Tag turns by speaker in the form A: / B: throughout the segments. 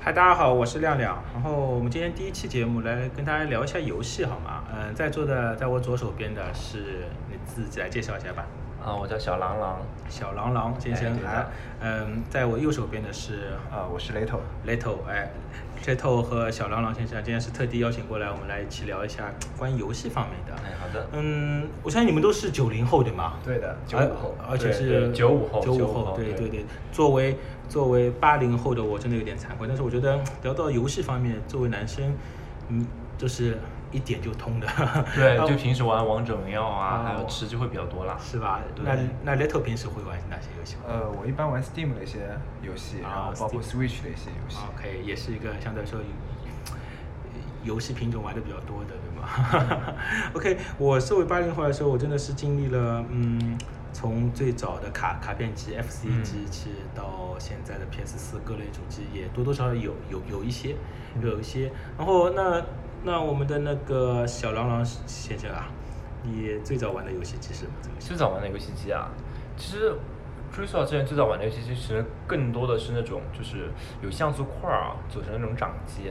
A: 嗨，大家好，我是亮亮。然后我们今天第一期节目来跟大家聊一下游戏，好吗？嗯，在座的，在我左手边的是你自己来介绍一下吧，
B: 啊，我叫小郎朗，
A: 小郎狼先生
B: 哎对的
A: 来。嗯，在我右手边的是
C: 啊，我是雷头。
A: Leto，哎，Leto 和小郎狼先生今天是特地邀请过来，我们来一起聊一下关于游戏方面的。
B: 哎，好 的，
A: 嗯，我相信你们都是九零后对吗？
C: 对的，九
A: 而
C: 五后。
A: 哎而且
B: 对
A: 是
B: 对95后
A: 九五
B: 95
A: 后
B: 后，
A: 对
B: 对
A: 对。作为作为八零后的我，真的有点惭愧。但是我觉得聊到游戏方面，作为男生，嗯，就是一点就通的。
B: 对，
A: 啊
B: 就平时玩王者荣耀啊，
A: 哦
B: 还有吃就会比较多啦。
A: 是吧？
B: 对
A: 那那 Little 平时会玩哪些游戏？
C: 呃，我一般玩 Steam 的一些游戏，
A: 啊
C: 然后包括
A: Steam 啊
C: Switch 的一些游戏。
A: OK，也是一个相对来说游戏品种玩的比较多的，对吗
B: 嗯
A: ？OK，我作为八零后来说，我真的是经历了嗯，从最早的卡卡片机 FC
B: 嗯
A: 机器到现在的 PS 四各类主机，也多多少少有有有一些
B: 嗯
A: 有一些。然后那那我们的那个小郎朗先生啊，你最早玩的游戏机是什么？怎么想
B: 最早玩的游戏机啊，其实追溯到之前最早玩的游戏机，其实更多的是那种就是有像素块儿啊组成的那种掌机。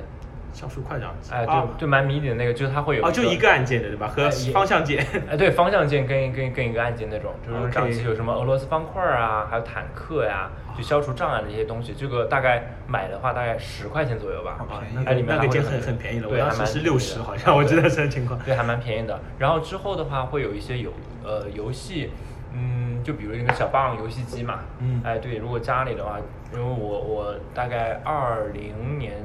A: 像素快掌机？
B: 哎，
A: 啊
B: 对，对，蛮迷你的那个，就是它会有
A: 哦，就一个按键的对吧？和
B: 哎也
A: 方向键。
B: 哎，对，方向键跟跟跟一个按键那种，就是那种
A: OK
B: 掌机有什么俄罗斯方块啊，还有坦克呀、就消除障碍的一些东西。这个大概买的话大概十块钱左右吧
C: 好。
A: 啊
C: 便，宜
A: 那
B: 哎
A: 个
B: 里面
A: 那
B: 还
A: 个
B: 会
A: 已经
B: 有
A: 很
B: 那
A: 很
B: 个
A: 便宜了，我
B: 对
A: 当
B: 还
A: 时
B: 蛮
A: 是
B: 便宜
A: 六
B: 的
A: 十，好像我记得这个情况。
B: 对，还蛮便宜的。然后之后的话会有一些有呃游戏，嗯，就比如那个小霸王游戏机嘛，
A: 嗯
B: 哎，对，如果家里的话，因为我我大概二零年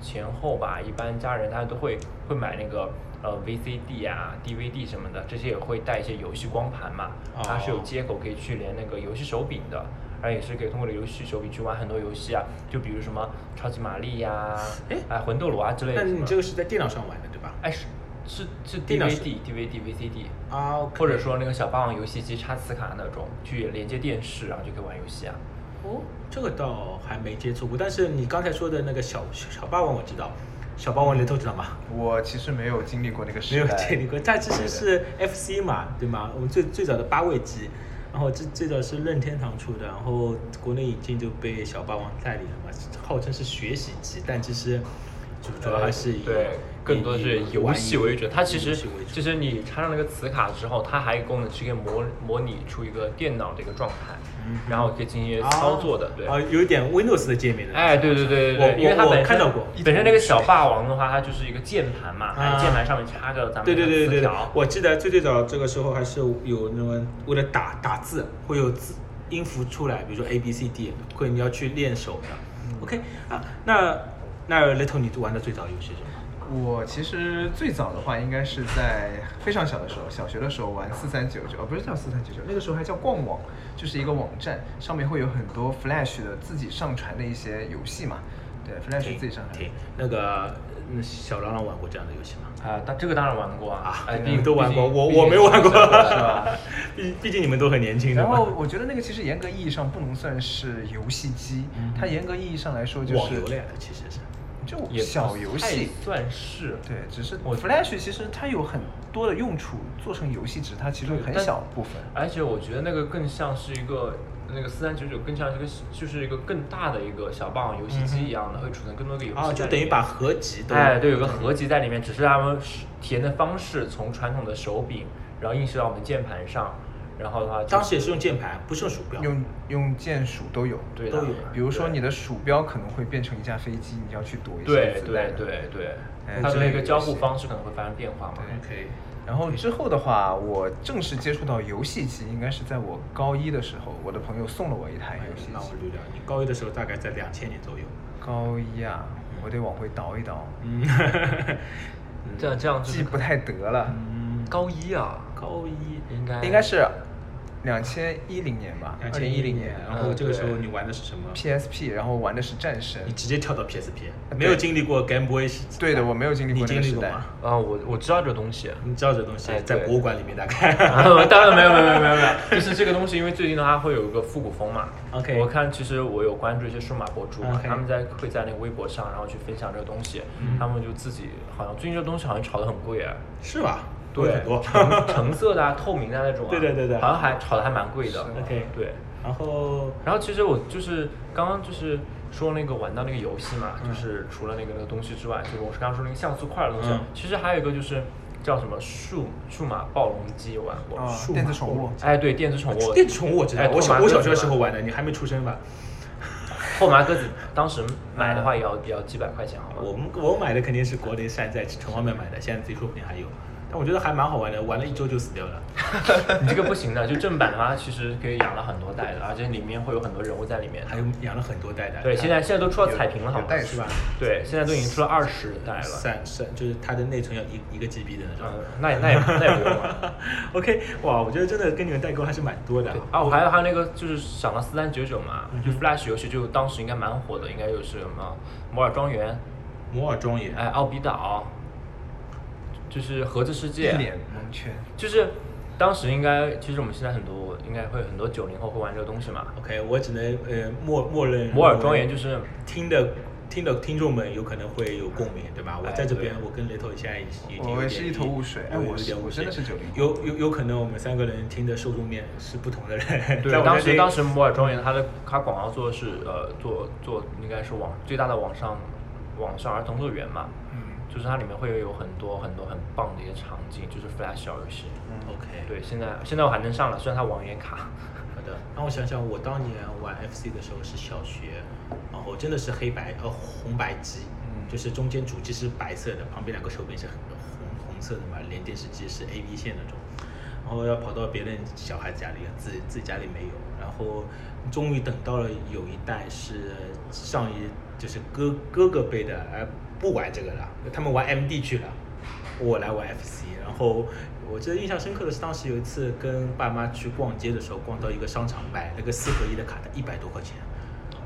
B: 前后吧，一般家人他都会会买那个。呃，VCD 啊、DVD 什么的，这些也会带一些游戏光盘嘛，它是有
A: 哦
B: 接口可以去连那个游戏手柄的，然后也是可以通过游戏手柄去玩很多游戏啊，就比如什么超级玛丽呀、
A: 哎
B: 哎魂斗罗啊之类的
A: 那
B: 什么。
A: 你这个是在电脑上玩的对吧？
B: 哎，是是是
A: 电脑是
B: DVD、DVD、VCD，
A: 啊，OK
B: 或者说那个小霸王游戏机插磁卡那种，去连接电视，然后就可以玩游戏啊。
A: 哦，这个倒还没接触过，但是你刚才说的那个小小霸王我知道，小霸王你都知道吗？
C: 我其实没有经历过那个时
A: 没有
C: 代。
A: 经历过，它其实
C: 对的
A: 是 FC 嘛，对吗？我们最最早的八位机，然后最最早是任天堂出的，然后国内引进就被小霸王代理了嘛，号称是学习机，但其实主主要还是以
B: 对
A: 以，
B: 更多的是
A: 以
B: 游
A: 玩
B: 戏为主。它其
A: 游
B: 实
A: 戏为主
B: 其实你插上那个磁卡之后，它还有一个功能是可以模模拟出一个电脑的一个状态，然后可以进行一些操作的。对，
A: 嗯啊，有一点 Windows 的界面的。
B: 哎，对对对对
A: 我
B: 对，因为它
A: 我
B: 本
A: 我
B: 身
A: 看到过。
B: 本身那个小霸王的话，它就是一个键盘嘛，
A: 啊
B: 哎，键盘上面插个咱们
A: 对对对
B: 的
A: 对
B: 磁
A: 对
B: 条，，
A: 我记得最最早这个时候还是有那么为了打打字会有字音符出来，比如说 A B C D，会你要去练手的。OK 啊，那那 Little 你玩的最早游戏是什么？
C: 我其实最早的话，应该是在非常小的时候，小学的时候玩四三九九，哦，不是叫四三九九，那个时候还叫逛网，就是一个网站，上面会有很多 Flash 的自己上传的一些游戏嘛。对，Flash 自己上传
A: 停，那个嗯小郎朗玩过这样的游戏吗？
B: 啊，但这个当然玩过啊
A: 啊，
B: 哎，，
A: 你
B: 毕
A: 们都玩过，
B: 毕
A: 我
B: 竟
A: 我没玩过
B: 是吧，
A: 毕毕竟你们都很年轻，对
C: 然后
A: 吧？
C: 我觉得那个其实严格意义上不能算是游戏机，它严格意义上来说就是
A: 嗯网游类的其实是。
C: 就
B: 也不
C: 小游戏
B: 太，算是
C: 对，只是
B: 我
C: Flash 其实它有很多的用处，做成游戏只是它其中
B: 对
C: 很
B: 但
C: 小部分。
B: 而且我觉得那个更像是一个那个四三九九更像是一个就是一个更大的一个小霸王游戏机一样的，会储存更多个游戏
A: 啊，就
B: 在里
A: 等于
B: 面
A: 把合集都
B: 哎对有个合集在里面，只是他们是体验的方式从传统的手柄，然后映射到我们键盘上，然后的话就
A: 当时也是用键盘，不是用鼠标。
C: 用用键鼠都有，
B: 对
A: 都
B: 的
A: 有
C: 比如说
B: 对
C: 你的鼠标可能会变成一架飞机，你要去躲一些
B: 对
C: 子
B: 对
C: 弹。啊
B: 对对
C: 哎，
B: 它
C: 这
B: 的那
C: 类
B: 个
C: 游
B: 交互
C: 戏
B: 方式可能会发生变化嘛。
C: 对
A: OK，
C: 然后之后的话，我正式接触到游戏机，应该是在我高一的时候，我的朋友送了我一台
A: 哎
C: 游戏
A: 那我
C: 机。
A: 捋聊，你高一的时候大概在两千年左右。
C: 高一啊，我得往回倒一倒，
A: 嗯，
B: 这样这样就是
C: 记不太得了，
B: 高一啊，
A: 高一
B: 应该
C: 应该是两千一零年吧，
A: 两
C: 二
A: 千
C: 零一零
A: 年
C: 年，，
A: 然后
B: 嗯
A: 这个时候
B: 对
A: 你玩的是什么？
C: PSP，然后玩的是战神
A: 你。直接跳到 PSP，
C: 对
A: 没有经历过 Game Boy 时代。
C: 对的，我没有经历
A: 你
C: 过那
A: 经
C: 个
A: 历
C: 时
A: 过
C: 代。
A: 吗？
B: 啊，我我知道这个东西。
A: 你知道这东西
B: 哎
A: 在
B: 对
A: 博物馆里面大概。
B: 啊我当然没有没有没有没有没有，就是这个东西，因为最近的话会有一个复古风嘛。
A: OK
B: 我看其实我有关注一些数码博主嘛
A: OK 嗯
B: 他们在会在那个微博上，然后去分享这个东西，他们就自己好像最近这东西好像炒得很贵哎，
A: 是吧？
B: 对，
A: 很多。
B: 橙橙色的啊，透明的那种啊，
A: 对对对对
B: 好像还炒得还蛮贵的
C: 是。
A: OK
B: 对，
A: 然后
B: 然后其实我就是刚刚就是说那个玩到那个游戏嘛，
A: 嗯
B: 就是除了那个那个东西之外，就是我是刚刚说那个像素块的东西，
A: 嗯
B: 其实还有一个就是叫什么数数码暴龙机，我玩过。
C: 啊
A: 数，码
C: 电子宠物
A: 暴，
B: 哎，对，电子宠物，
A: 哦啊电子宠物我知
B: 哎
A: 道，我
B: 拓麻
A: 小我
B: 鸽子
A: 小学的时
B: 嘛
A: 候玩的，你还没出生吧？
B: 后麻鸽子当时买的话也要也要几百块钱，好吗？
A: 我们我买的肯定是国内山寨城隍庙买的，现在自己说不定还有。但我觉得还蛮好玩的，玩了一周就死掉了。
B: 你这个不行的，就正版的话，其实可以养了很多代的，而且里面会有很多人物在里面。
A: 还有哎养了很多代的。
B: 对，现在现在都出到彩屏了，好
C: 有
B: 吗？
C: 袋
A: 是
C: 鼠
A: 吧？
B: 对，现在都已经出了二十代了。
A: 三三就是它的内存要一一个 GB 的那种。
B: 嗯，那也那也那也不用了。
A: OK，哇，我觉得真的跟你们代沟还是蛮多的
B: 对。啊，我还有还有那个就是想到四三九九嘛，就 Flash 游戏就当时应该蛮火的，应该就是什么摩尔庄园，
A: 摩尔庄园，
B: 哎，奥比岛，就是盒子世
C: 一
B: 界，
C: 脸蒙圈。
B: 就是当时应该，其实我们现在很多应该会很多九零后会玩这个东西嘛。
A: OK，我只能呃默默认
B: 摩尔庄园就是
A: 听的听的听众们有可能会有共鸣，对吧？我
B: 哎
A: 在这边
B: 对，
A: 我跟雷头现在已经
C: 我也是一头雾水哎
A: 有
C: 我
A: 有
C: 是
A: 点
C: 我
A: 误
C: 真的
A: 解
C: 是90后
A: 有有有可能我们三个人听的受众面是不同的人。
B: 对
A: 在，我
B: 当
A: 这
B: 时
A: 边
B: 当时摩尔庄园它的它广告做的是呃做做应该是网最大的网上网上儿童乐园嘛，
C: 嗯
B: 就是它里面会有很多很多很棒的一些场景，就是 Flash 游戏。
C: 嗯，
A: OK
B: 对，现在现在我还能上了，虽然它网页卡。
A: 好的，让我想想，我当年玩 FC 的时候是小学，然后真的是黑白呃红白机，
C: 嗯
A: 就是中间主机是白色的，旁边两个手柄是很红红色的嘛，连电视机是 A B 线那种，然后要跑到别人小孩家里，自己自己家里没有，然后终于等到了有一代是上一就是哥哥哥辈的，哎不玩这个了，他们玩 MD 去了。我来玩 FC，然后我记得印象深刻的是，当时有一次跟爸妈去逛街的时候，逛到一个商场买那个四合一的卡带，一百多块钱，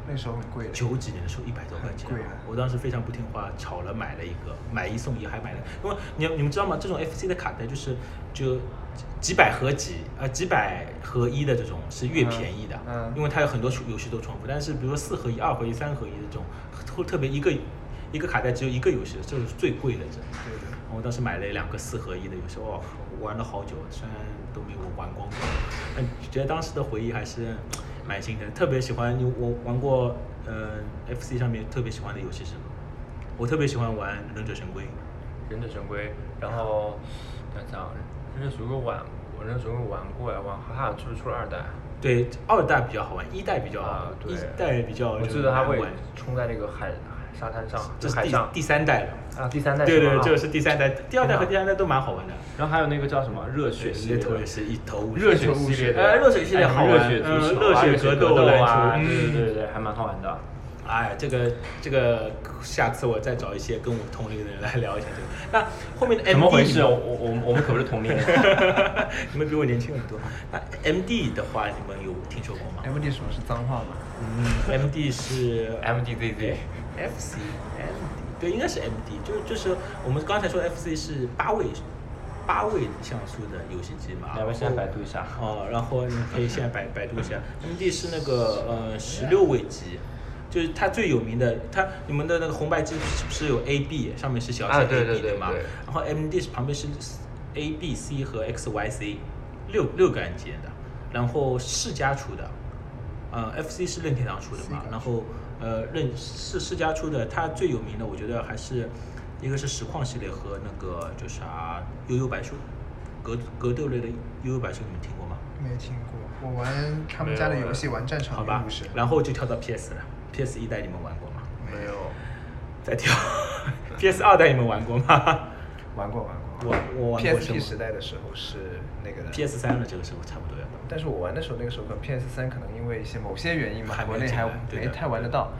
C: 那时候很贵的。
A: 九几年的时候一百多块钱
C: 嗯很贵啊，
A: 我当时非常不听话，吵了买了一个，买一送一还买了，因为你你们知道吗？这种 FC 的卡带就是就几百合几啊、呃几百合一的这种是越便宜的，
C: 嗯嗯
A: 因为它有很多游戏都重复，但是比如说四合一、二合一、三合一这种，特特别一个一个卡带只有一个游戏，这是最贵的这。
C: 对的。
A: 我当时买了两个四合一的，有时候哦玩了好久，虽然都没有玩光过，但觉得当时的回忆还是嗯蛮新的。特别喜欢你，我玩过，呃，FC 上面特别喜欢的游戏是什么？我特别喜欢玩《忍者神龟》。
B: 忍者神龟，然后想想忍者神龟玩，我忍者神龟玩过呀，玩哈哈出出了二代，
A: 对，二代比较好玩，一代比较好玩，
B: 啊对
A: 一代比较
B: 我
A: 就是
B: 记得它
A: 难
B: 会
A: 玩
B: 冲在那个海沙滩上，
A: 这
B: 就是海
A: 第
B: 上
A: 第三代了。
B: 啊第三代
A: 对
B: 是
A: 对，
B: 吧
A: 这是第三代，第二代和第三代都蛮好玩的。
B: 然后还有那个叫什么热血系
A: 猎
B: 列
A: 头也
B: 的，
A: 是一头雾
B: 热
A: 水。
B: 血系列的，
A: 哎热血系列好玩
B: 热血足球啊
A: 嗯热血
B: 热
A: 格
B: 格
A: 斗
B: 斗啊，
A: 篮球
B: 对
A: 嗯
B: 对对对，还蛮好玩的。
A: 哎，这个这个，下次我再找一些跟我同龄的人来聊一下这个。那后面的 MD
B: 怎么回事？我我我们我们可不是同龄人。
A: 你们比我年轻很多。那 MD 的话，你们有听说过吗
C: M D 什么是脏话吗？
A: 嗯，MD 是
B: M D Z 哎 Z，
A: FC MD，对，应该是 MD，就就是我们刚才说 FC 是八位八位像素的游戏机嘛。
B: 要不要现在百度一下？
A: 哦，然后你可以现在百百度一下，MD 是那个呃十六位机，就是它最有名的，它你们的那个红白机是不是有 A B 上面是小写
B: 啊
A: A
B: 对
A: B
B: 对对
A: 嘛
B: 对？
A: 然后 MD 是旁边是 A B C 和 X Y C 六六个按键的，然后世嘉出的，呃 FC 是任天堂出的嘛，然后呃任是世嘉出的，它最有名的我觉得还是一个是实况系列和那个就啥悠悠白书。格格斗类的悠悠白书你们听过吗？
C: 没听过。我玩他们家的游戏，玩战场
A: 好
C: 的
A: 吧
C: 故事。，
A: 然后就跳到 PS 了。PS 一代你们玩过吗？
C: 没有
A: 再跳 PS 二代你们玩过吗？
C: 玩过玩过。
A: 我我玩
C: P
A: 过
C: S
A: 什
C: P
A: 么
C: 时代的时候是那个的。
A: ？PS 三了，这个时候差不多要到。
C: 但是我玩的时候，那个时候可能 P S 三可能因为一些某些原因嘛
A: 还，没
C: 国内
A: 进
C: 还
A: 来对
C: 没
A: 的
C: 太玩得到。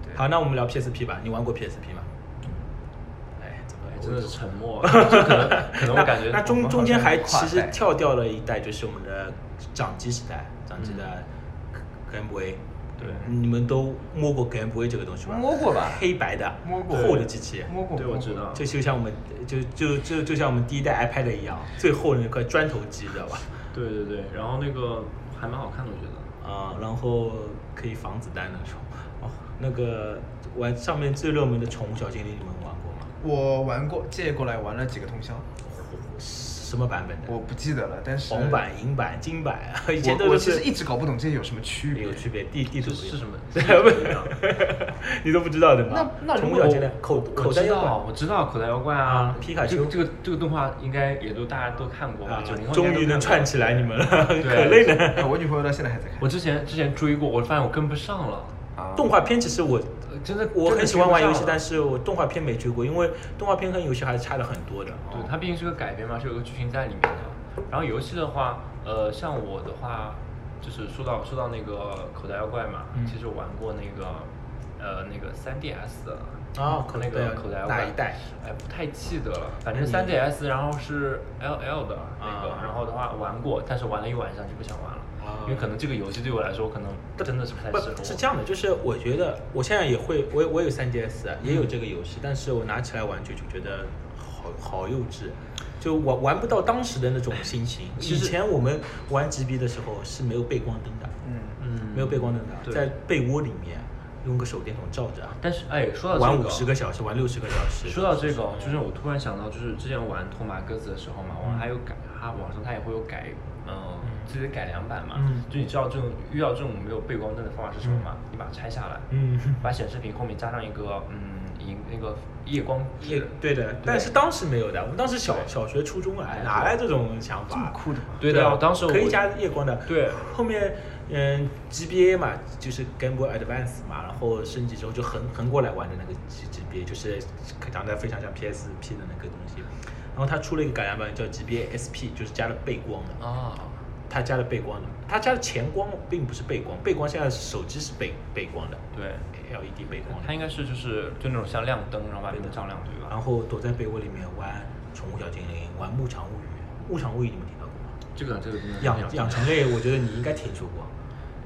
C: 对
A: 好，那我们聊 PSP 吧。你玩过 PSP 吗？嗯哎，怎么
B: 哎
A: 我
B: 真的是沉默，就可能可能我感觉
A: 那那
C: 我
A: 中
C: 们
A: 中间
C: 好像
A: 还
C: 是跨
A: 其
C: 代
A: 实跳掉了一代，就是我们的掌机时代，掌机的 Game Boy。
B: 对
A: 你们都摸过 Game Boy 这个东西吗？
C: 摸过吧
A: 黑白的，
C: 摸过
A: 厚的机器，
C: 摸过，
B: 对我知道
A: 这就像我们就就就就像我们第一代 iPad 一样，最厚的那块砖头机，知道吧？
B: 对对对，然后那个还蛮好看的，我觉得。
A: 啊、然后可以防子弹那种。哦，那个玩上面最热门的宠物小精灵，你们玩过吗？
C: 我玩过，借过来玩了几个通宵。
A: 什么版本的？
C: 我不记得了，但是
A: 黄版、银版、金版， 以前
C: 我
A: 都是
C: 我其实一直搞不懂这有什么区别。
A: 有 区别，地地
B: 这
A: 图
B: 是 什么？
A: 不一
B: 这
A: 样
B: 是什么
A: 你都不知道的吗？
C: 那那如
A: 宠物
C: 果
A: 小
B: 我
A: 精灵口
B: 我
A: 口袋
B: 知
A: 妖
B: 道，
A: 怪
B: 我知道口袋妖怪啊
A: 啊，皮卡
B: 这个
A: 丘
B: 这个这个动画应该也都大家都看过吧
A: 啊？
B: 九零后，
A: 终于能串起来你们了，
B: 对
A: 可累的。
C: 哎我女朋友到现在还在看
B: 我。之前之前追过，我发现我跟不上了，
C: 啊
A: 动画片其实我
B: 呃真的
A: 我很喜欢玩游戏，但
B: 是
A: 是我动画片没追过，因为动画片跟游戏还是差的很多的。
B: 对它毕竟是个改编嘛，是有个剧情在里面的。然后游戏的话，呃，像我的话，就是说到说到那个口袋妖怪嘛，
A: 嗯
B: 其实我玩过那个呃那个 3DS 的
A: 啊，口
B: 那
A: 对
B: 个口袋妖怪
A: 哪一代？
B: 哎，不太记得了，反正
A: 那你
B: 3DS，然后是 LL 的那个
A: 啊，
B: 然后的话玩过，但是玩了一晚上就不想玩了，因为可能这个游戏对我来说可能真的是不太
A: 不
B: 适合我。
A: 是这样的，就是我觉得我现在也会，我我有 3DS，啊也有这个游戏，但是我拿起来玩就就觉得好好幼稚，就玩玩不到当时的那种心情。
B: 其
A: 以
B: 实
A: 前我们玩 GB 的时候是没有背光灯的，
C: 嗯，
B: 嗯，
A: 没有背光灯的，
B: 对
A: 在被窝里面用个手电筒照着，
B: 但是哎，说到这
A: 玩
B: 个
A: 五十个小时，玩六十个小时。
B: 说到这个哦，就是我突然想到，就是之前玩托马鸽子的时候嘛，网
A: 嗯
B: 上还有改，它网上它也会有改，嗯
A: 嗯，
B: 自己的改良版嘛。
A: 嗯
B: 就你知道这种遇到这种没有背光灯的方法是什么吗？你把它拆下来，
A: 嗯
B: 把显示屏后面加上一个嗯荧那个夜光
A: 也
B: 纸。
A: 对的，但是当时没有的，我们当时小小学、初中啊
B: 哎，
A: 哪来这种想
C: 这么
A: 法？
C: 酷的吗？
B: 对的，
A: 啊
B: 当时我
A: 可以加夜光的。
B: 对
A: 后面嗯 GBA 嘛，就是 Game Boy Advance 嘛，然后升级之后就横横过来玩的那个 G GBA，就是长得非常像 PSP 的那个东西。然后它出了一个改良版叫 GBA SP，就是加了背光的。
B: 啊，
A: 它加了背光的，它加了前光，并不是背光。背光现在手机是背背光的
B: 对，
A: ，LED 背光的。
B: 它应该是就是就那种像亮灯，然后把
A: 对的
B: 灯照亮，对吧？
A: 然后躲在被窝里面玩《宠物小精灵》，玩《牧场物语》。《牧场物语》你们听到过吗？
B: 这个啊这个真的 是
A: 养养成类，我觉得你应该听说过。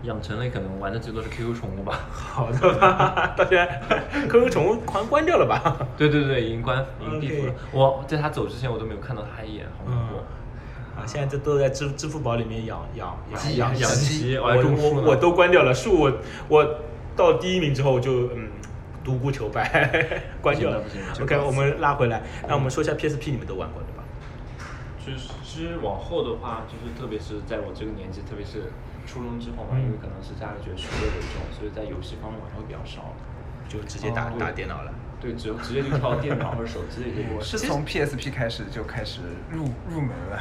B: 养成类可能玩的最多是 QQ 宠物吧。
A: 好的吧，大家 QQ 宠物好像关掉了吧？
B: 对对对，已经关已经
A: OK
B: 闭服了。我在他走之前，我都没有看到他一眼，好难过。
A: 啊，现在这都在支支付宝里面养养养
C: 鸡
A: 养
C: 养
B: 鸡我
A: 啊我
B: 还种树
A: 我
B: 呢
A: 我都关掉了，树我我到第一名之后就嗯独孤求败， 关掉了
B: 不行了不。
C: 行了
A: OK，我们拉回来，那我们说一下 PSP，你们都玩过对吧？
B: 就是其实往后的话，就是特别是在我这个年纪，特别是初中之后嘛，因为可能是家里觉得学业为重，所以在游戏方面玩的会比较少。
A: 就直接打
C: 哦
A: 打电脑了。
B: 对，直直接就靠电脑或者手机的一些游
C: 我
B: 戏。
C: 是从 PSP 开始就开始入入门了，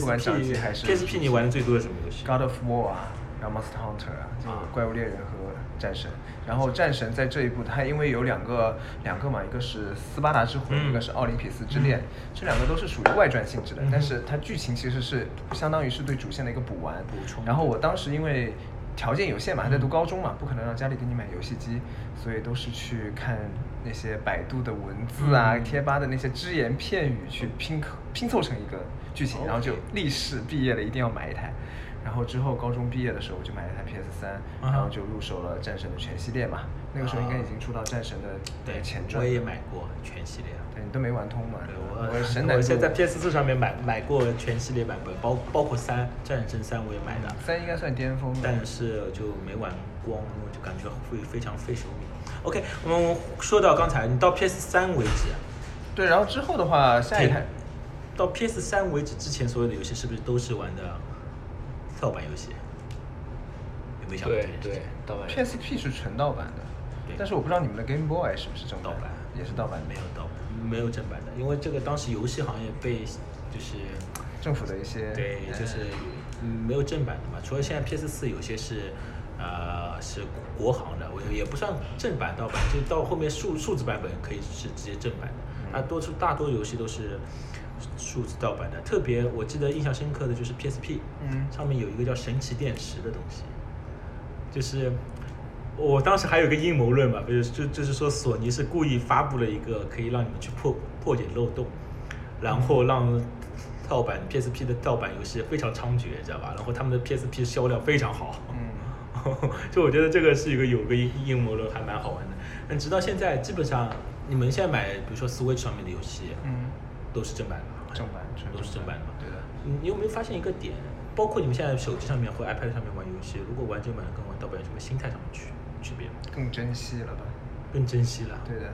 C: 不管掌机还是
A: PSP，PSP 你玩的最多的什么游戏？
C: God of War 啊，然后 Monster Hunter 啊，这个
A: 啊
C: 怪物猎人和战神。然后战神在这一部，它因为有两个两个嘛，一个是斯巴达之魂，
A: 嗯
C: 一个是奥林匹斯之恋，这两个都是属于外传性质的
A: 嗯，
C: 但是它剧情其实是相当于是对主线的一个补完。
A: 补充
C: 然后我当时因为条件有限嘛，还在读高中嘛，不可能让家里给你买游戏机，所以都是去看那些百度的文字啊、
A: 嗯
C: 贴吧的那些只言片语去拼拼凑成一个剧情，然后就
A: OK
C: 立誓毕业了一定要买一台。然后之后高中毕业的时候，我就买了一台 PS 三、
A: 啊哈
C: 然后就入手了战神的全系列嘛。那个时候应该已经出到战神的
A: 对，
C: 前传，
A: 我也，买过全系列。啊
C: 对你都没玩通嘛？
A: 对
C: 我神
A: 我，
C: 难
A: 我
C: 度
A: 现在 PS 四上面买买过全系列版本，包包括三战神三我也买的，
C: 三应该算巅峰了。
A: 但是就没玩光，因为就感觉会非常费手柄。OK，我们说到刚才，你到 PS 三为止，
C: 对，然后之后的话，下
A: 可
C: 一
A: 以
C: 台
A: 到 PS 三为止之前所有的游戏是不是都是玩的盗版游戏？有没有想过这件
B: 对
A: 事
B: 对
A: 情？，
B: 盗版。
C: PSP 是纯盗版的
A: 对，
C: 但是我不知道你们的 Game Boy 是不是正
A: 盗版
C: 也是盗版
A: 没
C: 的
A: 有。盗版，没有正版的，因为这个当时游戏行业被就是
C: 政府的一些
A: 对，就是嗯没有正版的嘛。除了现在 PS 四有些是，呃，是国行的，我也不算正版盗版，就到后面数数字版本可以是直接正版的。那多数大多游戏都是数字盗版的，特别我记得印象深刻的就是 PSP，
C: 嗯
A: 上面有一个叫神奇电池的东西，就是我当时还有一个阴谋论嘛，比如就就是说索尼是故意发布了一个可以让你们去破破解漏洞，然后让盗版 PSP 的盗版游戏非常猖獗，知道吧？然后他们的 PSP 销量非常好，
C: 嗯，
A: 就我觉得这个是一个有个阴阴谋论，还蛮好玩的。但直到现在，基本上你们现在买，比如说 Switch 上面的游戏，
C: 嗯，
A: 都是正版的，
C: 正版纯
A: 都是正版的嘛。
C: 对的。
A: 你你有没有发现一个点？包括你们现在手机上面或 iPad 上面玩游戏，如果玩正版的跟玩盗版有什么心态上的区区别吗？
C: 更珍惜了吧？
A: 更珍惜了。
C: 对的，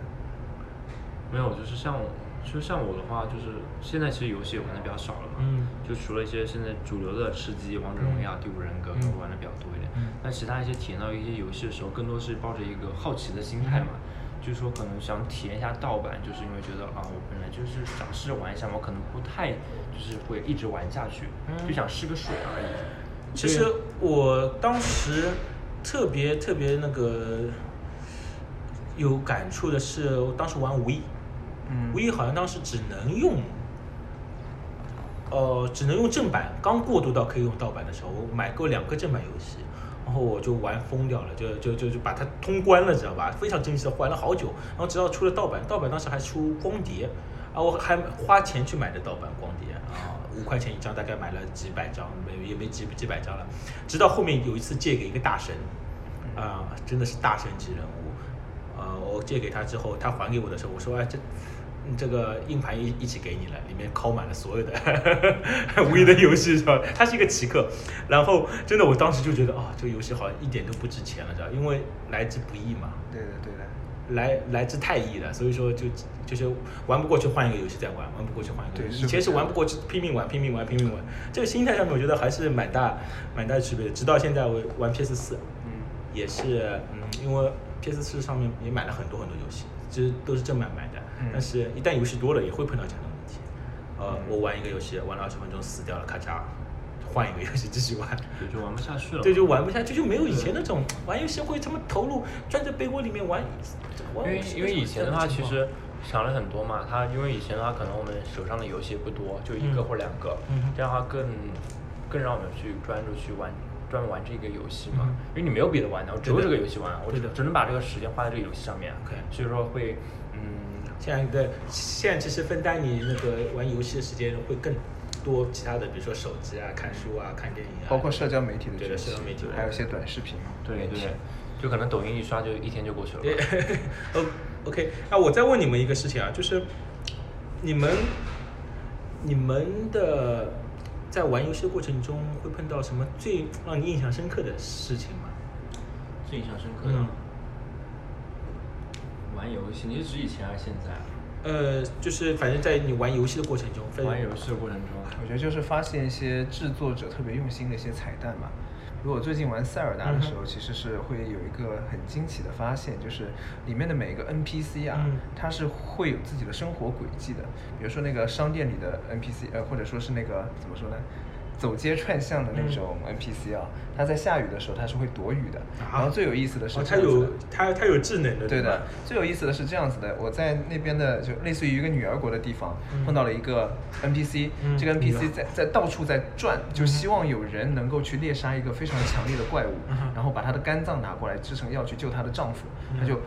B: 没有，就是像就像我的话，就是现在其实游戏也玩的比较少了嘛，
A: 嗯
B: 就除了一些现在主流的吃鸡、王者荣耀、第五人格
A: 嗯
B: 会玩的比较多一点，
A: 嗯
B: 但其他一些体验到一些游戏的时候，更多是抱着一个好奇的心态嘛。
A: 嗯
B: 就是说，可能想体验一下盗版，就是因为觉得啊，我本来就是想试着玩一下嘛，我可能不太就是会一直玩下去，
A: 嗯
B: 就想试个水而已。
A: 其
B: 所以
A: 实我当时特别特别那个有感触的是，我当时玩无意，
C: 嗯
A: 无意好像当时只能用，呃，只能用正版。刚过渡到可以用盗版的时候，我买过两个正版游戏，然后我就玩疯掉了，就就就就把它通关了，知道吧？非常珍惜的玩了好久，然后直到出了盗版，盗版当时还出光碟，啊，我还花钱去买的盗版光碟啊，五块钱一张，大概买了几百张，没也没几几百张了。直到后面有一次借给一个大神，啊，真的是大神级人物。呃，我借给他之后，他还给我的时候，我说哎，这嗯这个硬盘一一起给你了，里面拷满了所有的 无疑的
C: 嗯
A: 游戏是吧？他是一个奇客，然后真的我当时就觉得啊、这个游戏好像一点都不值钱了，知道吧？因为来之不易嘛，
C: 对的对的，
A: 来来之太易了，所以说就就是玩不过去换一个游戏再玩，玩不过去换一个游戏。
C: 对
A: 以前
C: 是
A: 是
C: 不一样
A: 玩不过去拼命玩拼命玩拼命玩，这个心态上面我觉得还是蛮大蛮大区别的。直到现在我玩 PS 四，
C: 嗯
A: 也是嗯，因为 PS 四上面也买了很多很多游戏，其实都是正版买的，
C: 嗯
A: 但是一旦游戏多了也会碰到这样的问题。呃
C: 嗯，
A: 我玩一个游戏玩了二十分钟死掉了，咔嚓，换一个游戏继续 玩。
B: 也就玩不下去了。
A: 对，就玩不下去，就没有以前那种玩游戏会这么投入，钻在被窝里面玩。
B: 因
A: 玩
B: 为
A: 游戏
B: 因为以前的话，
A: 这
B: 其
A: 种情况
B: 实想了很多嘛。他因为以前的话，可能我们手上的游戏不多，就一个
A: 嗯
B: 或两个，
A: 嗯哼
B: 这样的话更更让我们去专注去玩，专门玩这个游戏嘛。
A: 嗯
B: 因为你没有别的玩的，我只有
A: 对
B: 这
A: 的
B: 个游戏玩，啊我只
A: 对的
B: 只能把这个时间花在这个游戏上面。啊
A: OK
B: 所以说会嗯
A: 现在的现在其实分担你那个玩游戏的时间会更多，其他的比如说手机啊、看书啊、看电影啊，
C: 包括社交媒体的
A: 对
C: 崛
A: 的
C: 起
A: 社交媒体，
C: 还有一些短视频，
B: 对对，就可能抖音一刷就一天就过 去了吧。
A: 对，O OK，那我再问你们一个事情啊，就是你们你们的在玩游戏的过程中会碰到什么最让你印象深刻的事情吗？
B: 最印象深刻的、
A: 嗯
B: 玩游戏，你是指以前还是现在啊？
A: 呃，就是反正在你玩游戏的过程中，分
B: 玩游戏的过程中，
C: 我觉得就是发现一些制作者特别用心的一些彩蛋吧。如果最近玩塞尔达的时候，
A: 嗯哼
C: 其实是会有一个很惊奇的发现，就是里面的每一个 NPC 啊，
A: 嗯
C: 它是会有自己的生活轨迹的。比如说那个商店里的 NPC，呃，或者说是那个怎么说呢？走街串巷的
A: 嗯
C: 那种 NPC 啊，它在下雨的时候它是会躲雨的。
A: 啊
C: 然后最有意思的是
A: 哦，
C: 这
A: 它
C: 样子
A: 有
C: 的
A: 它它有智能的，
C: 对
A: 吧
C: 的，，最有意思的是这样子的，我在那边的就类似于一个女儿国的地方，
A: 嗯
C: 碰到了一个 NPC，、
A: 嗯
C: 这个
A: 女儿
C: NPC 在在到处在转，就
A: 嗯哼
C: 希望有人能够去猎杀一个非常强烈的怪物，
A: 嗯哼嗯
C: 然后把她的肝脏拿过来制成药去救她的丈夫，她就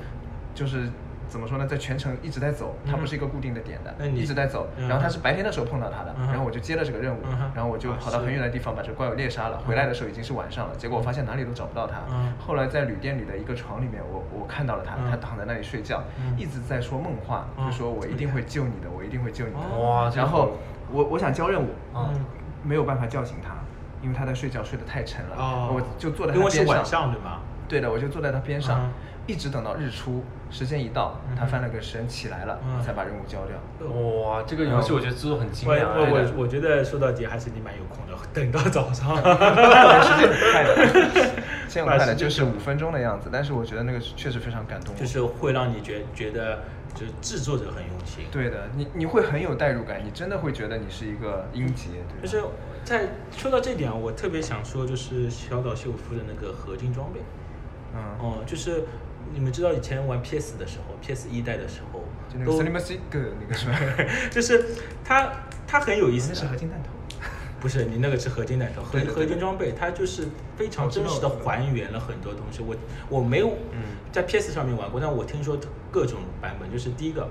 C: 就是。怎么说呢，在全程一直在走，
A: 嗯
C: 她不是一个固定的点的，
A: 那你
C: 一直在走。
A: 嗯
C: 然后她是白天的时候碰到她的，
A: 嗯哼
C: 然后我就接了这个任务
A: 嗯哼，
C: 然后我就
A: 啊
C: 跑到
A: 是
C: 很远的地方把这个怪物猎杀了。回来的时候已经是晚上了，结果我发现哪里都找不到她
A: 嗯。
C: 后来在旅店里的一个床里面，我我看到了她，
A: 嗯
C: 她躺在那里睡觉，
A: 嗯
C: 一直在说梦话，
A: 哦
C: 就说我一定会救你的，我一定会救你的。
B: 哇，这个
C: 然后我我想交任务，
B: 嗯
A: 嗯，
C: 没有办法叫醒她，因为她在睡觉，睡得太沉了。
A: 哦，
C: 我就坐在她
A: 因为
C: 边
A: 是
C: 上，
A: 晚上对吗？
C: 对的，我就坐在他边上，
A: 嗯
C: 一直等到日出，时间一到，
A: 嗯哼
C: 他翻了个身起来了，
A: 嗯
C: 才把任务交掉。
B: 哇，这个游戏我觉得制作很精
A: 我
B: 良啊。
A: 我我我觉得说到底还是你蛮有空的，等到早上。
C: 时间很快的，时间很快
A: 把时
C: 的，
A: 间
C: 就是五分钟的样子。但是我觉得那个确实非常感动我。
A: 就是会让你觉觉得就是制作者很用心。，
C: 对的，你你会很有代入感，你真的会觉得你是一个音节，对吧
A: 就是在说到这点啊，我特别想说就是小岛秀夫的那个合金装备，
C: 嗯，
A: 哦、就是你们知道以前玩 PS 的时候，PS 一代的时候，
C: 就那个
A: 都
C: s l i m s i g 那个是吧？
A: 就是它它很有意思
C: 那
A: 的，
C: 是合金弹头。
A: 不是你那个是合金弹头，合
C: 对对对
A: 合金装备，它就是非常真实的还原了很多东西。我我没有
C: 嗯
A: 在 PS 上面玩过，但我听说各种版本，就是第一个，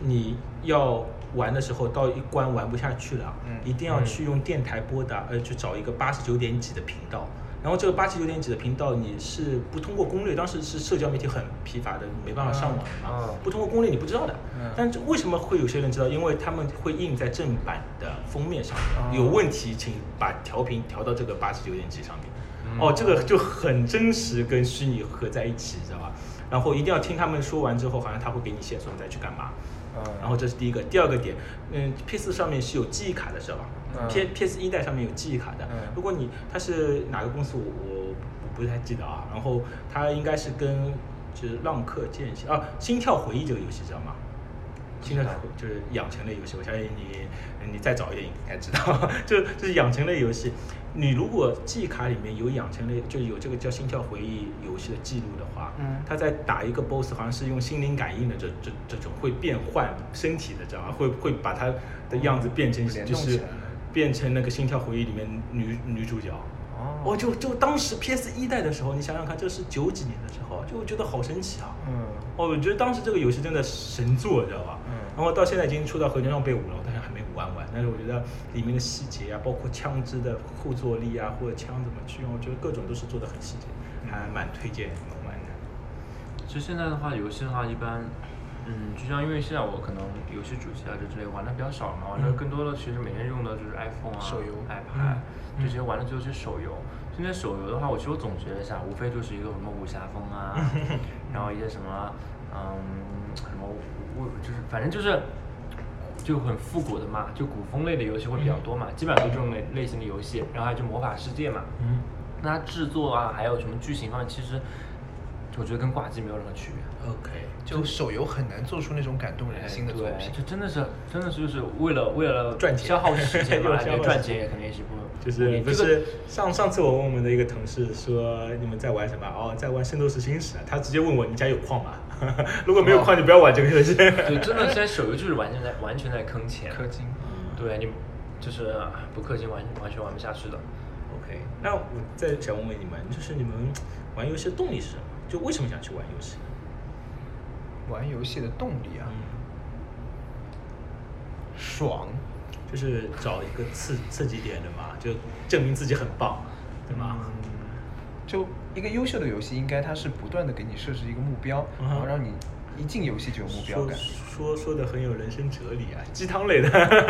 A: 你要玩的时候到一关玩不下去了，
C: 嗯
A: 一定要去用电台拨打，呃，去找一个八十九点几的频道。然后这个八十九点几的频道，你是不通过攻略，当时是社交媒体很疲乏的，没办法上网的嘛，
B: 嗯嗯
A: 不通过攻略你不知道的。
C: 哦嗯
A: 但这为什么会有些人知道？因为他们会印在正版的封面上
C: 哦
A: 面，有问题请把调频调到这个八十九点几上面。
B: 嗯
A: 哦，这个就很真实跟虚拟合在一起，知道吧？然后一定要听他们说完之后，好像他会给你线索，你再去干嘛。
C: 嗯
A: 然后这是第一个，第二个点，嗯，PS 上面是有记忆卡的，知道吧
C: 嗯
A: ？P PS 一代上面有记忆卡的。
C: 嗯
A: 如果你它是哪个公司，我我我不太记得啊。然后它应该是跟就是浪客剑心啊，《心跳回忆》这个游戏知道吗？心跳
B: 知道
A: 回就是养成类游戏，我相信你你再早一点应该知道， 就就是养成类游戏。你如果记忆卡里面有养成类，就有这个叫心跳回忆游戏的记录的话，
C: 嗯
A: 它在打一个 BOSS，好像是用心灵感应的这这这种会变换身体的，知道吗？会会把它的样子变成
C: 联
A: 就
C: 动
A: 是
C: 起来
A: 变成那个《心跳回忆》里面女女主角。
C: 哦
A: 我就就当时 PS 一代的时候，你想想看，这是九几年的时候，就觉得好神奇啊！
C: 嗯
A: 哦，我觉得当时这个游戏真的神作，知道吧？
C: 嗯
A: 然后到现在已经出到合金装备五了，我当然还没玩完，但是我觉得里面的细节啊，包括枪支的后坐力啊，或者枪怎么去用，我觉得各种都是做的很细节，
B: 嗯
A: 还蛮推荐你们玩的。
B: 其实现在的话，游戏的话一般，嗯，就像因为现在我可能游戏主机啊这之类玩的比较少嘛，玩的
A: 嗯
B: 更多的其实每天用的就是 iPhone 啊、
C: 手游
B: iPad，、
A: 嗯
B: 这些玩的就是手游。现在手游的话，我其实我总结了一下，无非就是一个什么武侠风 啊，然后一些什么，嗯，什么我就是反正就是。就很复古的嘛，就古风类的游戏会比较
A: 嗯
B: 多嘛，基本上都这种类类型的游戏，然后还有就魔法世界嘛，
A: 嗯，
B: 那它制作啊，还有什么剧情方面，其实我觉得跟挂机没有任何区 别。
A: OK，
C: 就手游很难做出那种感动人心的作
B: 对，
C: 品。
B: 就真的是，真的是就是为了为了
A: 赚钱
B: 消耗时间
A: 又
B: 嘛，
A: 消耗
B: 对，赚
A: 时间
B: 钱也肯定也是不
A: 就是
B: 不
A: 不
B: 这个
A: 是上上次我问我们的一个同事说你们在玩什么？哦，在玩《圣斗士星矢》啊，他直接问我你家有矿吗？ 如果没有矿，就不要玩这个游戏。
B: 哦 对，真的现在手游就是完全在完全在坑钱，
C: 氪金，
B: 对你就是啊不氪金完完全玩不下去的。
A: OK，那我再想问问你们，就是你们玩游戏的动力是什么？就为什么想去玩游戏？
C: 玩游戏的动力啊，
A: 嗯，
C: 爽。
A: 就是找一个刺刺激点的嘛，就证明自己很棒，对吗？
C: 嗯就一个优秀的游戏，应该它是不断的给你设置一个目标，
A: 嗯哼
C: 然后让你一进游戏就有目标
A: 说
C: 感。
A: 说说的很有人生哲理啊，鸡汤类的，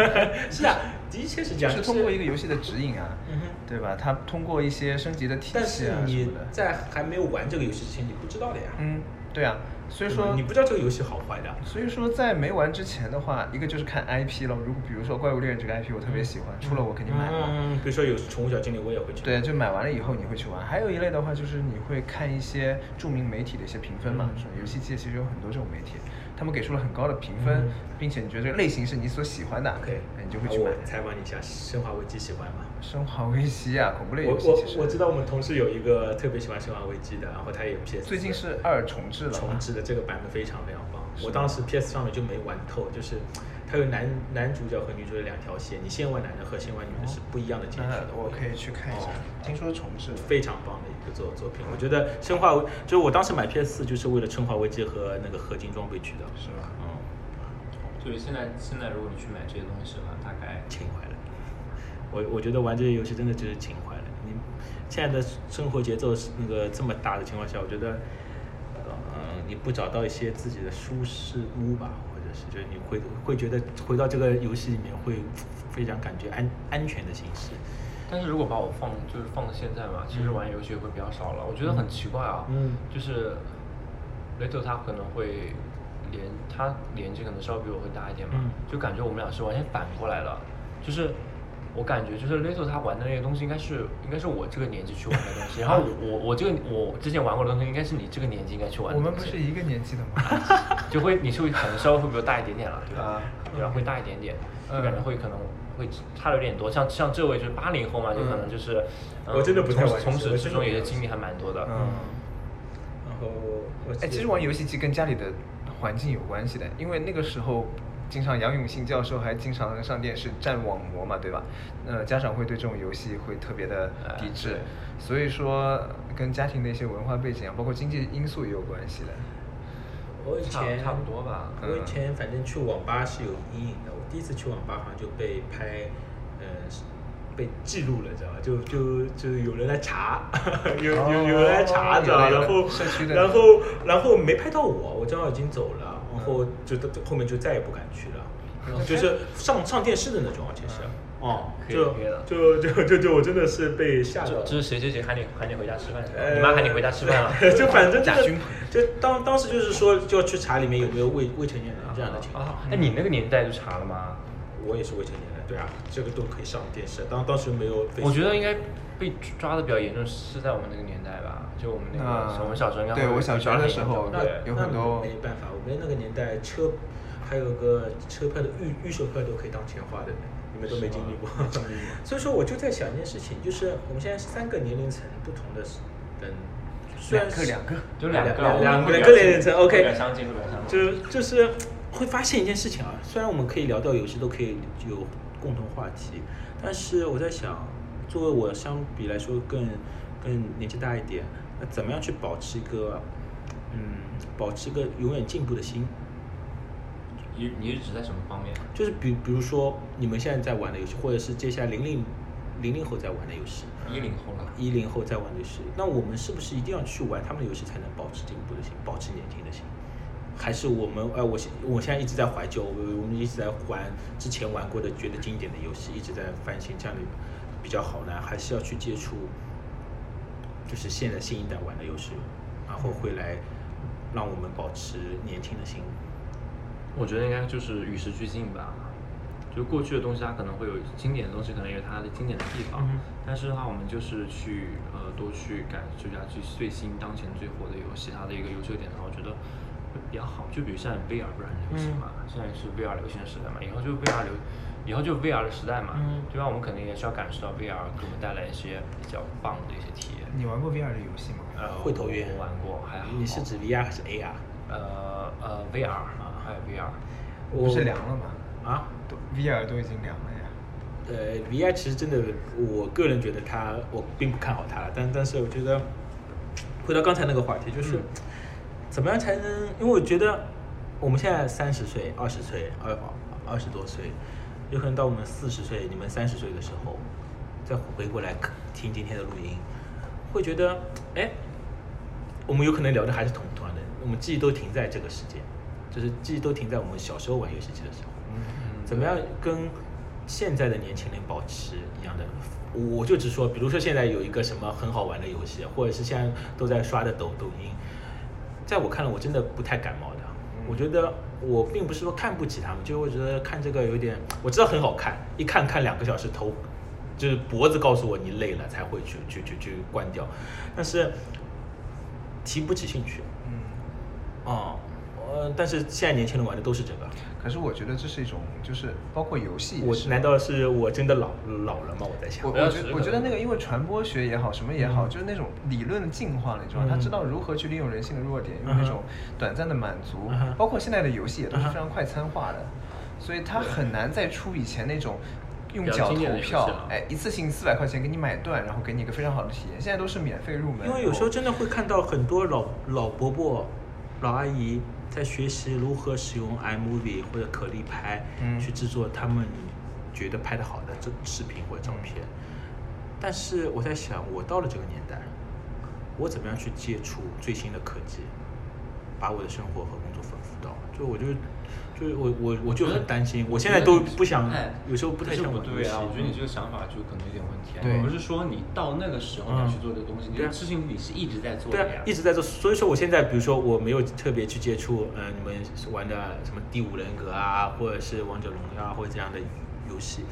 A: 是啊，的确是这
C: 就
A: 样。
C: 是
A: 就
C: 通过一个游戏的指引啊，
A: 嗯哼
C: 对吧？它通过一些升级的体
A: 但
C: 系
A: 是
C: 啊什
A: 你
C: 么的。
A: 在还没有玩这个游戏之前，你不知道的呀。
C: 嗯，对啊，所以
A: 对吧
C: 说
A: 你不知道这个游戏好坏的。
C: 所以说，在没玩之前的话，一个就是看 IP 了。如果比如说《怪物猎人》这个 IP 我特别喜欢，出了我肯定买嘛。
A: 嗯，比如说有宠物小精灵，我也会去。
C: 对，就买完了以后你会去玩。还有一类的话，就是你会看一些著名媒体的一些评分嘛，
A: 嗯
C: 是吧游戏界其实有很多这种媒体，他们给出了很高的评分，
A: 嗯
C: 并且你觉得这个类型是你所喜欢的哎
A: OK，
C: 那你就会去买
A: 我。采访你一下，《生化危机》喜欢吗？
C: 生化危机啊，恐怖类
A: 我
C: 游戏其实
A: 我我知道我们同事有一个特别喜欢《生化危机》的，然后他也有 PS。
C: 最近是二重置了嘛，
A: 重置的这个版本非常非常棒，
C: 是
A: 我当时 PS 上面就没玩透，就是它有男男主角和女主角两条线，你先玩男的和先玩女的是不一样的结局
C: 哦那
A: 的。
C: 我可以去看一下
A: 哦，
C: 听说重置了。
A: 非常棒的一个作作品，我觉得《生化危》就是我当时买 PS 四就是为了《生化危机》和那个合金装备去的，
C: 是吧
A: 嗯，
B: 就是现在现在如果你去买这些东西的话，大概
A: 情怀了。我我觉得玩这些游戏真的就是情怀了。你现在的生活节奏是那个这么大的情况下，我觉得，呃，你不找到一些自己的舒适屋吧，或者是就是你会会觉得回到这个游戏里面会非常感觉安安全的形式。
B: 但是如果把我放就是放到现在嘛，其实
A: 嗯
B: 玩游戏会比较少了。我觉得很奇怪啊，
A: 嗯
B: 就是雷豆他可能会年他年纪可能稍微比我会大一点嘛，
A: 嗯
B: 就感觉我们俩是完全反过来了，就是。我感觉就是 Little 他玩的那些东西，应该是应该是我这个年纪去玩的东西。然后我我我这个我之前玩过的东西，应该是你这个年纪应该去玩的
C: 我
B: 东西。
C: 们不是一个年纪的吗？
B: 就会你是会可能稍微会比我大一点点了，对吧？
C: 啊
B: 对吧？会大一点点，就
A: 嗯
B: 感觉会可能会差的有点多。像像这位就是八零后嘛，就可能就是，嗯
A: 我真的不太玩游
B: 从
A: 戏
B: 从
A: 我
B: 始
A: 真的
B: 至终
A: 不
B: 也是
A: 玩
B: 经历还蛮多的。
C: 嗯，
A: 然后我
C: 哎，其实玩游戏机跟家里的环境有关系的，因为那个时候，经常杨永信教授还经常上电视站网膜嘛，对吧？呃，家长会对这种游戏会特别的
B: 哎
C: 抵制，
B: 对
C: 所以说跟家庭的一些文化背景啊，包括经济因素也有关系的。
A: 我以前
B: 差差不多吧
A: 我以前反正去网吧是有阴影的，我第一次去网吧好像就被拍，呃，是被记录了，知道吧？就就就有人来查， 有
B: 哦
A: 有有人来查，知道吧？
C: 有
A: 然
C: 那个
A: 后
C: 社区的
A: 然
B: 嗯
A: 后然后没拍到我，我正好已经走了，然后就就后面就再也不敢去了。
B: 哦
A: 就是上上电视的那种，而且是，哦，
B: 嗯可以
A: 就
B: 可以了
A: 就就就就我真的是被吓到
B: 就
A: 了。
B: 就是谁谁谁喊你喊你回家吃饭是吧？
A: 呃
B: 你妈喊你回家吃饭了。
A: 就反正这
C: 贾
A: 个
C: 君鹏，
A: 就当当时就是说就要去查里面有没有未未成年人这样的情况。
B: 啊，哎，你那个年代就查了吗？
A: 我也是未成年人，对啊，这个都可以上电视。当当时没有 Facebook，
B: 我觉得应该被抓的比较严重是在我们那个年代吧，就我们那
A: 啊
B: 个
C: 那
B: 我们小时候应该
C: 对
B: 会
C: 我
B: 被
C: 小学
B: 抓
C: 的
B: 得
C: 时
B: 严重
C: 候
B: 对
A: 那
C: 有很多
A: 啊那没办法，我们那个年代车还有个车票的预预售票都可以当钱花的，你们都没经历过。 所以说我就在想一件事情，就是我们现在是三个年龄层不同的人，虽然
C: 两个
A: 是
C: 两个
B: 就两个
A: 两
B: 我们
A: 两两
B: 会比
A: 个
B: 较
A: 年龄层
B: 相
A: ，OK，
B: 会比较相近，会比较相近。
A: 就就是会发现一件事情啊，虽然我们可以聊到游戏，都可以有共同话题，但是我在想，作为我相比来说更更年纪大一点，那怎么样去保持一个嗯，保持一个永远进步的心？
B: 你你是指在什么方面？
A: 就是比比如说你们现在在玩的游戏，或者是接下来零零零零后在玩的游戏，
B: 一零后了，
A: 一零后在玩的游戏，那我们是不是一定要去玩他们的游戏才能保持进步的心，保持年轻的心？还是我们哎、我现我现在一直在怀旧，我我们一直在玩之前玩过的觉得经典的游戏，一直在翻新，这样的比较好呢？还是要去接触，就是现在新一代玩的游戏，然后会来让我们保持年轻的心。
B: 我觉得应该就是与时俱进吧。就过去的东西，它可能会有经典的东西，可能有它的经典的地方。
C: 嗯哼
B: 但是的话，我们就是去呃多去感，就是要去最新当前最火的游戏，它的一个优秀点的话，我觉得会比较好。就比如现在 VR 不是很流行嘛，
C: 嗯
B: 现在是 VR 流行的时代嘛，以后就 VR 流，以后就 VR 的时代嘛，
C: 嗯
B: 对吧？我们肯定也是要感受到 VR 给我们带来一些比较棒的一些体验。
C: 你玩过 VR 的游戏吗？
B: 呃，
A: 会投缘
B: 我玩过，还好。
A: 你是指 VR 还是 AR？
B: 呃呃 VR 还有 VR？
A: 我
C: 不是凉了吗？
A: 啊？
C: 都 VR 都已经凉了呀。
A: 呃，VR 其实真的，我个人觉得它，我并不看好它，但但是我觉得，回到刚才那个话题，就是、
B: 嗯
A: 怎么样才能，因为我觉得我们现在三十岁、二十岁、二二十多岁，有可能到我们四十岁、你们三十岁的时候，再回过来听今天的录音，会觉得，哎，我们有可能聊的还是同同样的，我们记忆都停在这个时间，就是记忆都停在我们小时候玩游戏机的时候。
C: 嗯
A: 怎么样跟现在的年轻人保持一样的？我我就只说，比如说现在有一个什么很好玩的游戏，或者是现在都在刷的抖抖音，在我看来，我真的不太感冒的。我觉得我并不是说看不起他们，就我觉得看这个有点，我知道很好看，一看看两个小时头，就是脖子告诉我你累了才会去去去去关掉，但是提不起兴趣。
C: 嗯，
A: 哦、呃，但是现在年轻人玩的都是这个。
C: 可是我觉得这是一种，就是包括游戏也
A: 我
C: 是。
A: 难道是我真的老老了吗？我在想
C: 我。
B: 要
C: 我觉
B: 时
C: 得我觉
B: 刻
C: 得那个，因为传播学也好，什么也好，
A: 嗯
C: 就是那种理论进化了，你知道吗？他
A: 嗯
C: 知道如何去利用人性的弱点，
A: 嗯
C: 用那种短暂的满足
A: 嗯哼，
C: 包括现在的游戏也都
A: 嗯
C: 是
A: 哼
C: 非常快餐化的，所以他很难再出以前那种。用
B: 比较
C: 脚
B: 经典
C: 投
B: 的游戏
C: 票
B: 了，
C: 哎，一次性四百块钱给你买断，然后给你一个非常好的体验。现在都是免费入门，
A: 因为有时候
C: 然
A: 真的会看到很多老老伯伯、老阿姨在学习如何使用 iMovie 或者可立拍、
C: 嗯
A: 去制作他们觉得拍的好的这视频或者照片。但是我在想，我到了这个年代，我怎么样去接触最新的科技，把我的生活和工作丰富到？就我就就我我我就很担 心，我现在都不想，
B: 哎
A: 有时候不太
D: 这
A: 想
D: 不
A: 玩游
D: 对
A: 戏
D: 啊！哎我觉得你这个想法就可能有点问题啊。
C: 对
D: 不是说你到那个时候你要去做这个东西，
A: 嗯
D: 你这个事情你是一直在做
A: 对
D: 的
A: 啊
D: 呀，。
A: 一直在做。所以说我现在，比如说我没有特别去接触，呃，你们玩的什么《第五人格》啊，或者是《王者荣耀》啊，或者这样的游戏，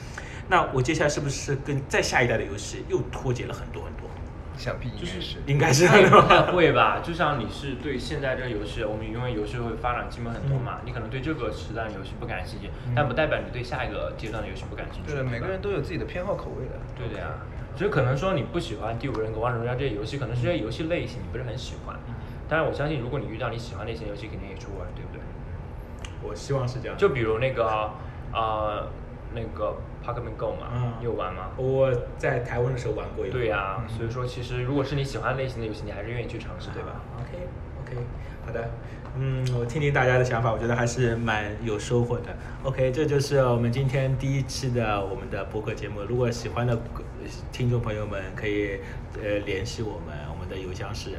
A: 那我接下来是不是跟再下一代的游戏又脱节了很多很多？
C: 后想必应该
D: 就是
C: 是
A: 应该是
B: 那也
A: 的
B: 不
A: 吧？
B: 太会吧？就像你是对现在这个游戏，我们因为游戏会发展进步很多
A: 嗯
B: 嘛，你可能对这个时段的游戏不感兴趣，但不代表你对下一个阶段的游戏不感兴趣。
C: 对的，每
B: 吧
C: 个人都有自己的偏好口味的。
B: 对的呀。只是可能说你不喜欢《第五人格》《王者荣耀》这些游戏，可能是这些游戏类型你不是很喜欢。
A: 嗯
B: 但是我相信，如果你遇到你喜欢类型的游戏，肯定也去玩，对不对？
A: 我希望是这样。
B: 就比如那个呃，那个 Pokemon Go 嘛，
A: 嗯
B: 你有玩吗？
A: 我在台湾的时候玩过一个。
B: 对呀、所以说其实如果是你喜欢类型的游戏，你还是愿意去尝试，对吧？
A: OK OK，好的，嗯，我听听大家的想法，我觉得还是蛮有收获的。OK，这就是我们今天第一期的我们的播客节目。如果喜欢的呃听众朋友们，可以呃联系我们，我们的邮箱是